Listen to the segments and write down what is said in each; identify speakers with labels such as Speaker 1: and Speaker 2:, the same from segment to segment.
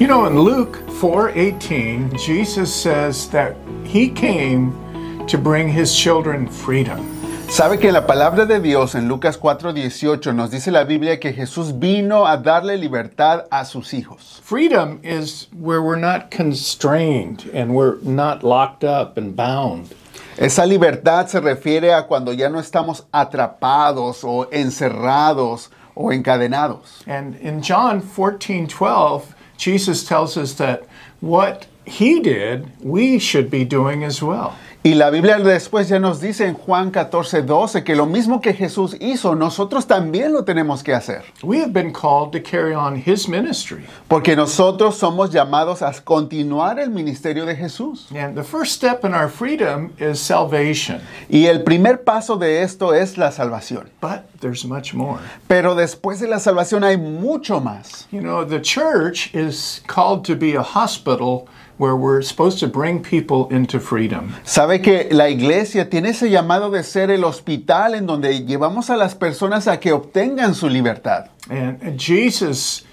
Speaker 1: You know, in Luke 4:18, Jesus says that he came to bring his children freedom.
Speaker 2: Sabe que la palabra de Dios en Lucas 4:18 nos dice la Biblia que Jesús vino a darle libertad a sus hijos.
Speaker 1: Freedom is where we're not constrained and we're not locked up and bound.
Speaker 2: Esa libertad se refiere a cuando ya no estamos atrapados o encerrados o encadenados.
Speaker 1: And in John 14:12, Jesus tells us that what he did, we should be doing as well.
Speaker 2: Y la Biblia después ya nos dice en Juan 14:12 que lo mismo que Jesús hizo, nosotros también lo tenemos que hacer,
Speaker 1: We have been called to carry on his ministry.
Speaker 2: porque nosotros somos llamados a continuar el ministerio de Jesús.
Speaker 1: And the first step in our freedom is salvation.
Speaker 2: Y el primer paso de esto es la salvación.
Speaker 1: But there's much more.
Speaker 2: Pero después de la salvación hay mucho más.
Speaker 1: You know, the church is called to be a hospital where we're supposed to bring people into freedom.
Speaker 2: Sabe que la iglesia tiene ese llamado de ser el hospital en donde llevamos a las personas a que obtengan su libertad.
Speaker 1: And Jesus,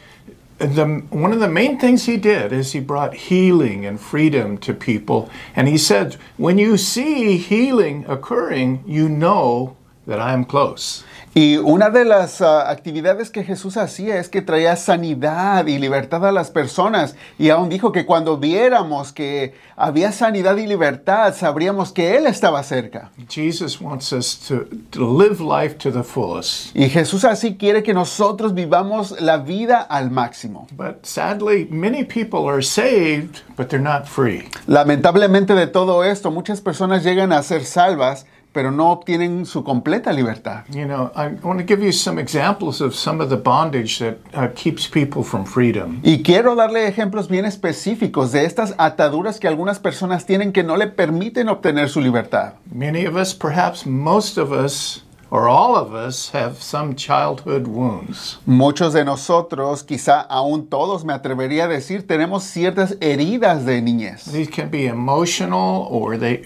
Speaker 1: the, one of the main things he did is he brought healing and freedom to people. And he said, When you see healing occurring, you know that I am close.
Speaker 2: Y una de las ah, actividades que Jesús hacía es que traía sanidad y libertad a las personas. Y aún dijo que cuando viéramos que había sanidad y libertad, sabríamos que Él estaba cerca.
Speaker 1: Jesus wants us to, to live life to the fullest.
Speaker 2: Y Jesús así quiere que nosotros vivamos la vida al máximo.
Speaker 1: But sadly, many people are saved, but they're not free.
Speaker 2: Lamentablemente de todo esto, muchas personas llegan a ser salvas, pero no obtienen su completa libertad.
Speaker 1: You know, I want to give you some examples of some of the bondage that uh, keeps people from freedom.
Speaker 2: Y quiero darle ejemplos bien específicos de estas ataduras que algunas personas tienen que no le permiten obtener su libertad.
Speaker 1: Many of us, perhaps most of us, or all of us, have some childhood wounds.
Speaker 2: Muchos de nosotros, quizá aún todos me atrevería a decir, tenemos ciertas heridas de niñez.
Speaker 1: These can be emotional, or they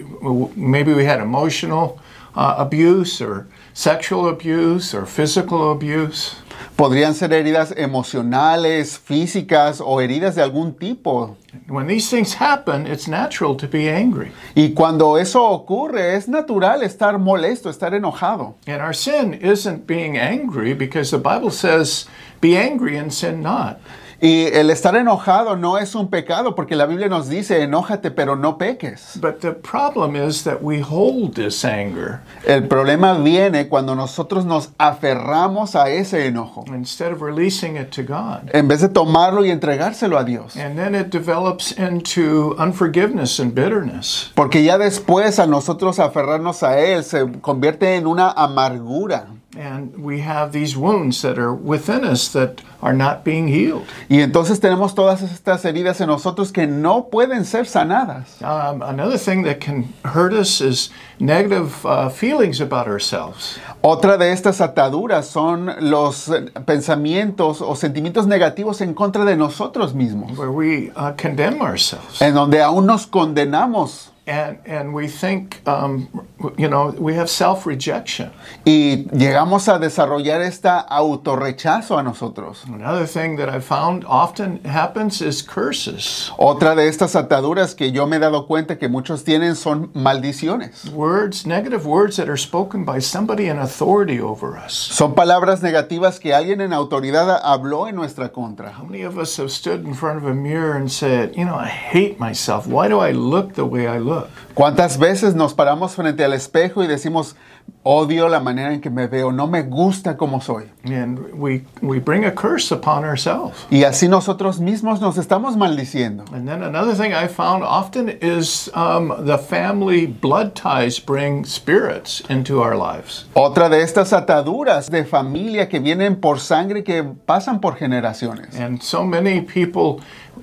Speaker 1: maybe we had emotional uh, abuse, or sexual abuse, or physical abuse.
Speaker 2: Podrían ser heridas emocionales, físicas o heridas de algún tipo.
Speaker 1: When these things happen, it's natural to be angry.
Speaker 2: Y cuando eso ocurre, es natural estar molesto, estar enojado.
Speaker 1: And our sin isn't being angry because the Bible says, be angry and sin not.
Speaker 2: Y el estar enojado no es un pecado, porque la Biblia nos dice, enójate pero no peques.
Speaker 1: But the problem is that we hold this anger
Speaker 2: El problema viene cuando nosotros nos aferramos a ese enojo,
Speaker 1: instead of releasing it to God.
Speaker 2: en vez de tomarlo y entregárselo a Dios.
Speaker 1: And then it develops into unforgiveness and bitterness.
Speaker 2: Porque ya después a nosotros aferrarnos a Él se convierte en una amargura.
Speaker 1: And we have these wounds that are within us that are not being healed.
Speaker 2: Y entonces tenemos todas estas heridas en nosotros que no pueden ser sanadas.
Speaker 1: Um, another thing that can hurt us is negative uh, feelings about ourselves.
Speaker 2: Otra de estas ataduras son los eh, pensamientos o sentimientos negativos en contra de nosotros mismos,
Speaker 1: Where we uh, condemn ourselves
Speaker 2: en donde aún nos condenamos
Speaker 1: and, and we think, um, you know, we have self rejection.
Speaker 2: y llegamos a desarrollar esta autorrechazo a nosotros.
Speaker 1: Another thing that I found often happens is curses.
Speaker 2: Otra de estas ataduras que yo me he dado cuenta que muchos tienen son maldiciones.
Speaker 1: Words, negative words that are spoken by somebody in authority over us.
Speaker 2: Son palabras negativas que alguien en autoridad habló en nuestra contra.
Speaker 1: How many of us have stood in front of a mirror and said, you know, I hate myself. Why do I look the way I look?
Speaker 2: ¿Cuántas veces nos paramos frente al espejo y decimos, odio la manera en que me veo, no me gusta como soy?
Speaker 1: And we, we bring a curse upon ourselves.
Speaker 2: Y así nosotros mismos nos estamos maldiciendo.
Speaker 1: And then another thing I found often is um, the family blood ties bring spirits into our lives.
Speaker 2: Otra de estas ataduras de familia que vienen por sangre que pasan por generaciones.
Speaker 1: And so many people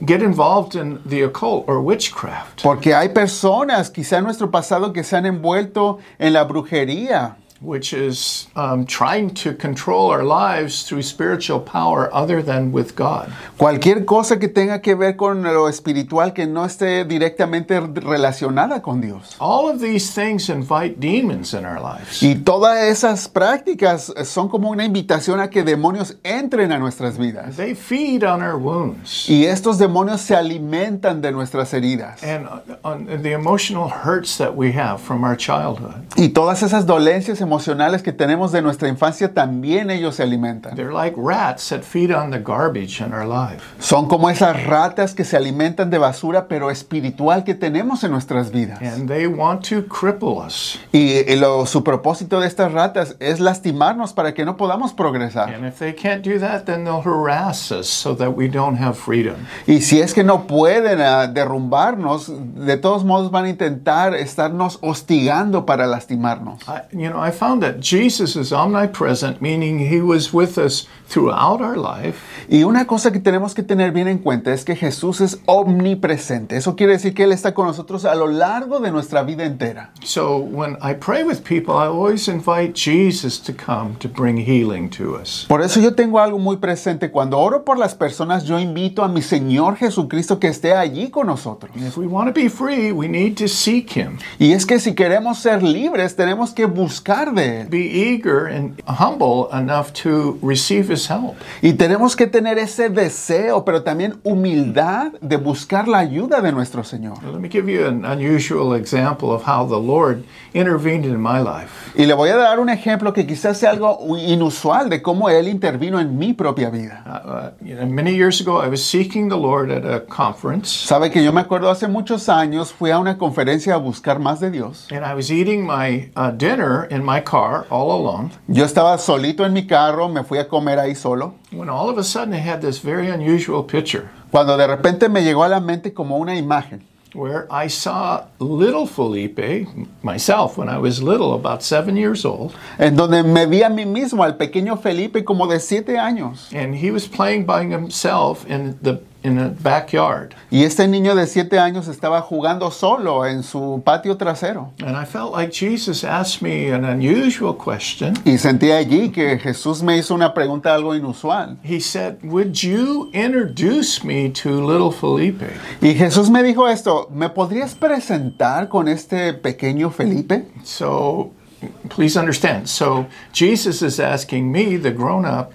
Speaker 1: get involved in the occult or witchcraft.
Speaker 2: Porque hay personas, quizá en nuestro pasado, que se han envuelto en la brujería.
Speaker 1: which is um, trying to control our lives through spiritual power other than with God.
Speaker 2: Cualquier cosa que tenga que ver con lo espiritual que no esté directamente relacionada con Dios.
Speaker 1: All of these things invite demons in our lives.
Speaker 2: Y todas esas prácticas son como una invitación a que demonios entren a nuestras vidas.
Speaker 1: They feed on our wounds.
Speaker 2: Y estos demonios se alimentan de nuestras heridas.
Speaker 1: and on- on the emotional hurts that we have from our childhood.
Speaker 2: Y todas esas dolencias emocionales que tenemos de nuestra infancia también ellos se alimentan.
Speaker 1: They're like rats that feed on the garbage in our life.
Speaker 2: Son como esas ratas que se alimentan de basura, pero espiritual que tenemos en nuestras vidas.
Speaker 1: And they want to cripple us.
Speaker 2: Y, y lo- su propósito de estas ratas es lastimarnos para que no podamos progresar.
Speaker 1: And if they can't do that, then they'll harass us so that we don't have freedom.
Speaker 2: Y si es que no pueden ah, derrumbarnos, de todos modos van a intentar estarnos hostigando para lastimarnos.
Speaker 1: I, you know, I found that Jesus is omnipresent, meaning he was with us throughout our life,
Speaker 2: Y una cosa que tenemos que tener bien en cuenta es que Jesús es omnipresente. Eso quiere decir que Él está con nosotros a lo largo de nuestra vida entera.
Speaker 1: So when I pray with people, I always invite Jesus to come to bring healing to us.
Speaker 2: Por eso yo tengo algo muy presente. Cuando oro por las personas, yo invito a mi Señor Jesucristo que esté allí con nosotros.
Speaker 1: If we want to be free, we need to seek him.
Speaker 2: Y es que si queremos ser libres, tenemos que buscar de Él.
Speaker 1: be eager and humble enough to receive his help.
Speaker 2: Y tenemos que tener ese deseo, pero también humildad de buscar la ayuda de nuestro Señor.
Speaker 1: Let me give you an unusual example of how the Lord intervened in my life.
Speaker 2: Y le voy a dar un ejemplo que quizás sea algo inusual de cómo Él intervino en mi propia vida.
Speaker 1: Uh, you know, many years ago, I was seeking the Lord at a conference,
Speaker 2: Sabe que yo me acuerdo hace muchos años fui a una conferencia a buscar más de Dios.
Speaker 1: and I was eating my uh, dinner in my car all alone
Speaker 2: Yo estaba solito en mi carro, me fui a comer ahí solo,
Speaker 1: when all of a sudden I had this very unusual picture
Speaker 2: cuando de repente me llegó a la mente como una imagen.
Speaker 1: where I saw little Felipe, myself, when I was little, about seven years old,
Speaker 2: en donde me vi a mí mismo, al pequeño Felipe, como de siete años.
Speaker 1: and he was playing by himself in the, in the backyard.
Speaker 2: Y este niño de siete años estaba jugando solo en su patio trasero.
Speaker 1: And I felt like Jesus asked me an unusual question.
Speaker 2: Y sentí allí que Jesús me hizo una pregunta algo inusual.
Speaker 1: He said, Would you introduce me to little Felipe?
Speaker 2: Y Jesús me dijo esto, ¿me podrías presentar con este pequeño Felipe?
Speaker 1: So please understand. So Jesus is asking me, the grown up,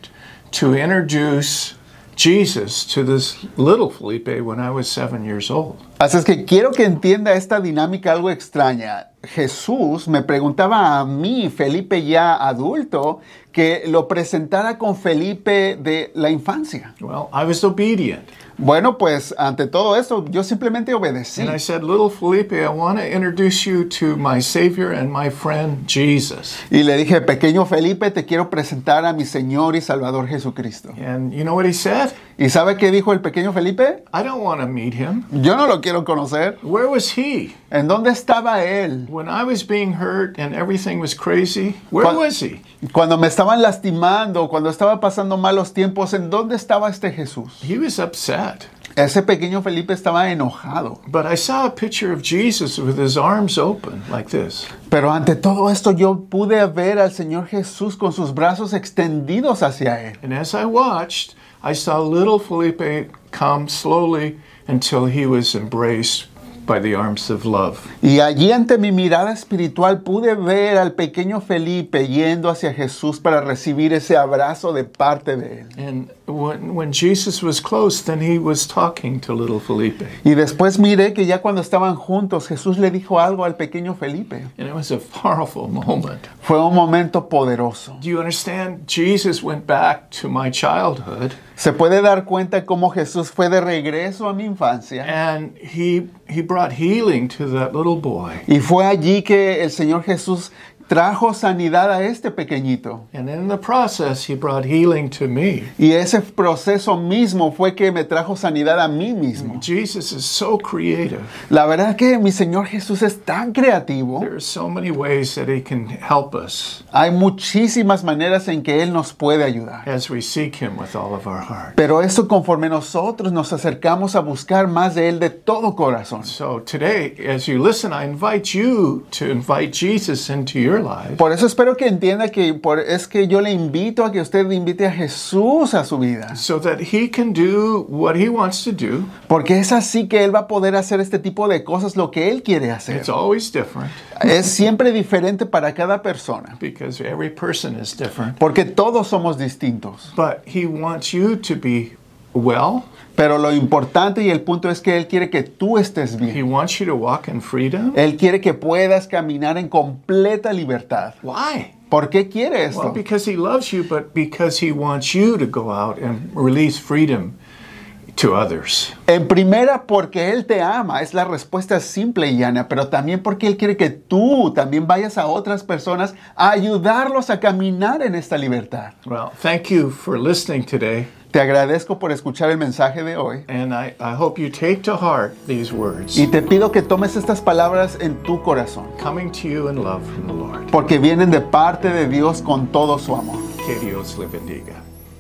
Speaker 1: to introduce Jesus to this little Felipe when I was seven years old.
Speaker 2: Así es que quiero que entienda esta dinámica algo extraña. Jesús me preguntaba a mí, Felipe ya adulto, que lo presentara con Felipe de la infancia.
Speaker 1: Well, I was obedient.
Speaker 2: Bueno, pues ante todo esto, yo simplemente obedecí.
Speaker 1: And I said, Little Felipe, I want to introduce you to my Savior and my friend Jesus.
Speaker 2: Y le dije, pequeño Felipe, te quiero presentar a mi Señor y Salvador Jesucristo.
Speaker 1: And you know what he said?
Speaker 2: ¿Y sabe qué dijo el pequeño Felipe?
Speaker 1: I don't want to meet him.
Speaker 2: Yo no lo quiero conocer.
Speaker 1: Where was he?
Speaker 2: ¿En dónde estaba él?
Speaker 1: When I was being hurt and everything was crazy, where
Speaker 2: But-
Speaker 1: was he?
Speaker 2: Cuando me estaban lastimando, cuando estaba pasando malos tiempos, ¿en dónde estaba este Jesús?
Speaker 1: He was upset.
Speaker 2: Ese pequeño Felipe estaba enojado.
Speaker 1: But I saw a picture of Jesus with his arms open like this.
Speaker 2: Pero ante todo esto yo pude ver al Señor Jesús con sus brazos extendidos hacia él.
Speaker 1: And as I watched, I saw little Felipe come slowly until he was embraced by the arms of love.
Speaker 2: Y allí ante mi mirada espiritual pude ver al pequeño Felipe yendo hacia Jesús para recibir ese abrazo de parte de él.
Speaker 1: And when, when Jesus was close, then he was talking to little Felipe.
Speaker 2: Y después miré que ya cuando estaban juntos Jesús le dijo algo al pequeño Felipe.
Speaker 1: And it was a powerful moment.
Speaker 2: Fue un momento poderoso.
Speaker 1: Do you understand? Jesus went back to my childhood.
Speaker 2: Se puede dar cuenta cómo Jesús fue de regreso a mi infancia.
Speaker 1: and he he brought healing to that little boy
Speaker 2: Y fue allí que el Señor Jesús trajo sanidad a este pequeñito.
Speaker 1: and in the process he brought healing to me
Speaker 2: Y ese proceso mismo fue que me trajo sanidad a mí mismo.
Speaker 1: jesus is so creative
Speaker 2: La verdad que mi Señor Jesús es tan creativo.
Speaker 1: there are so many ways that he can help us
Speaker 2: Hay muchísimas maneras en que Él nos puede ayudar.
Speaker 1: as we seek him with all of our heart
Speaker 2: Pero eso conforme nosotros nos acercamos a buscar más de Él de todo corazón.
Speaker 1: so today as you listen i invite you to invite jesus into your your life.
Speaker 2: Por eso espero que entienda que por- es que yo le invito a que usted invite a Jesús a su vida.
Speaker 1: so that he can do what he wants to do.
Speaker 2: Porque es así que Él va a poder hacer este tipo de cosas, lo que Él quiere hacer.
Speaker 1: It's always different
Speaker 2: Es siempre diferente para cada persona.
Speaker 1: because every person is different.
Speaker 2: Porque todos somos distintos.
Speaker 1: But he wants you to be well.
Speaker 2: Pero lo importante y el punto es que Él quiere que tú estés bien.
Speaker 1: He wants you to walk in freedom.
Speaker 2: Él quiere que puedas caminar en completa libertad.
Speaker 1: Why?
Speaker 2: ¿Por qué quiere esto?
Speaker 1: Well, because he loves you, but because he wants you to go out and release freedom to others.
Speaker 2: En primera, porque Él te ama, es la respuesta simple y llana, pero también porque Él quiere que tú también vayas a otras personas a ayudarlos a caminar en esta libertad.
Speaker 1: Well, thank you for listening today,
Speaker 2: Te agradezco por escuchar el mensaje de hoy
Speaker 1: and I, I hope you take to heart these words
Speaker 2: y te pido que tomes estas palabras en tu corazón,
Speaker 1: coming to you in love from the Lord.
Speaker 2: porque vienen de parte de Dios con todo su amor.
Speaker 1: Que Dios le bendiga.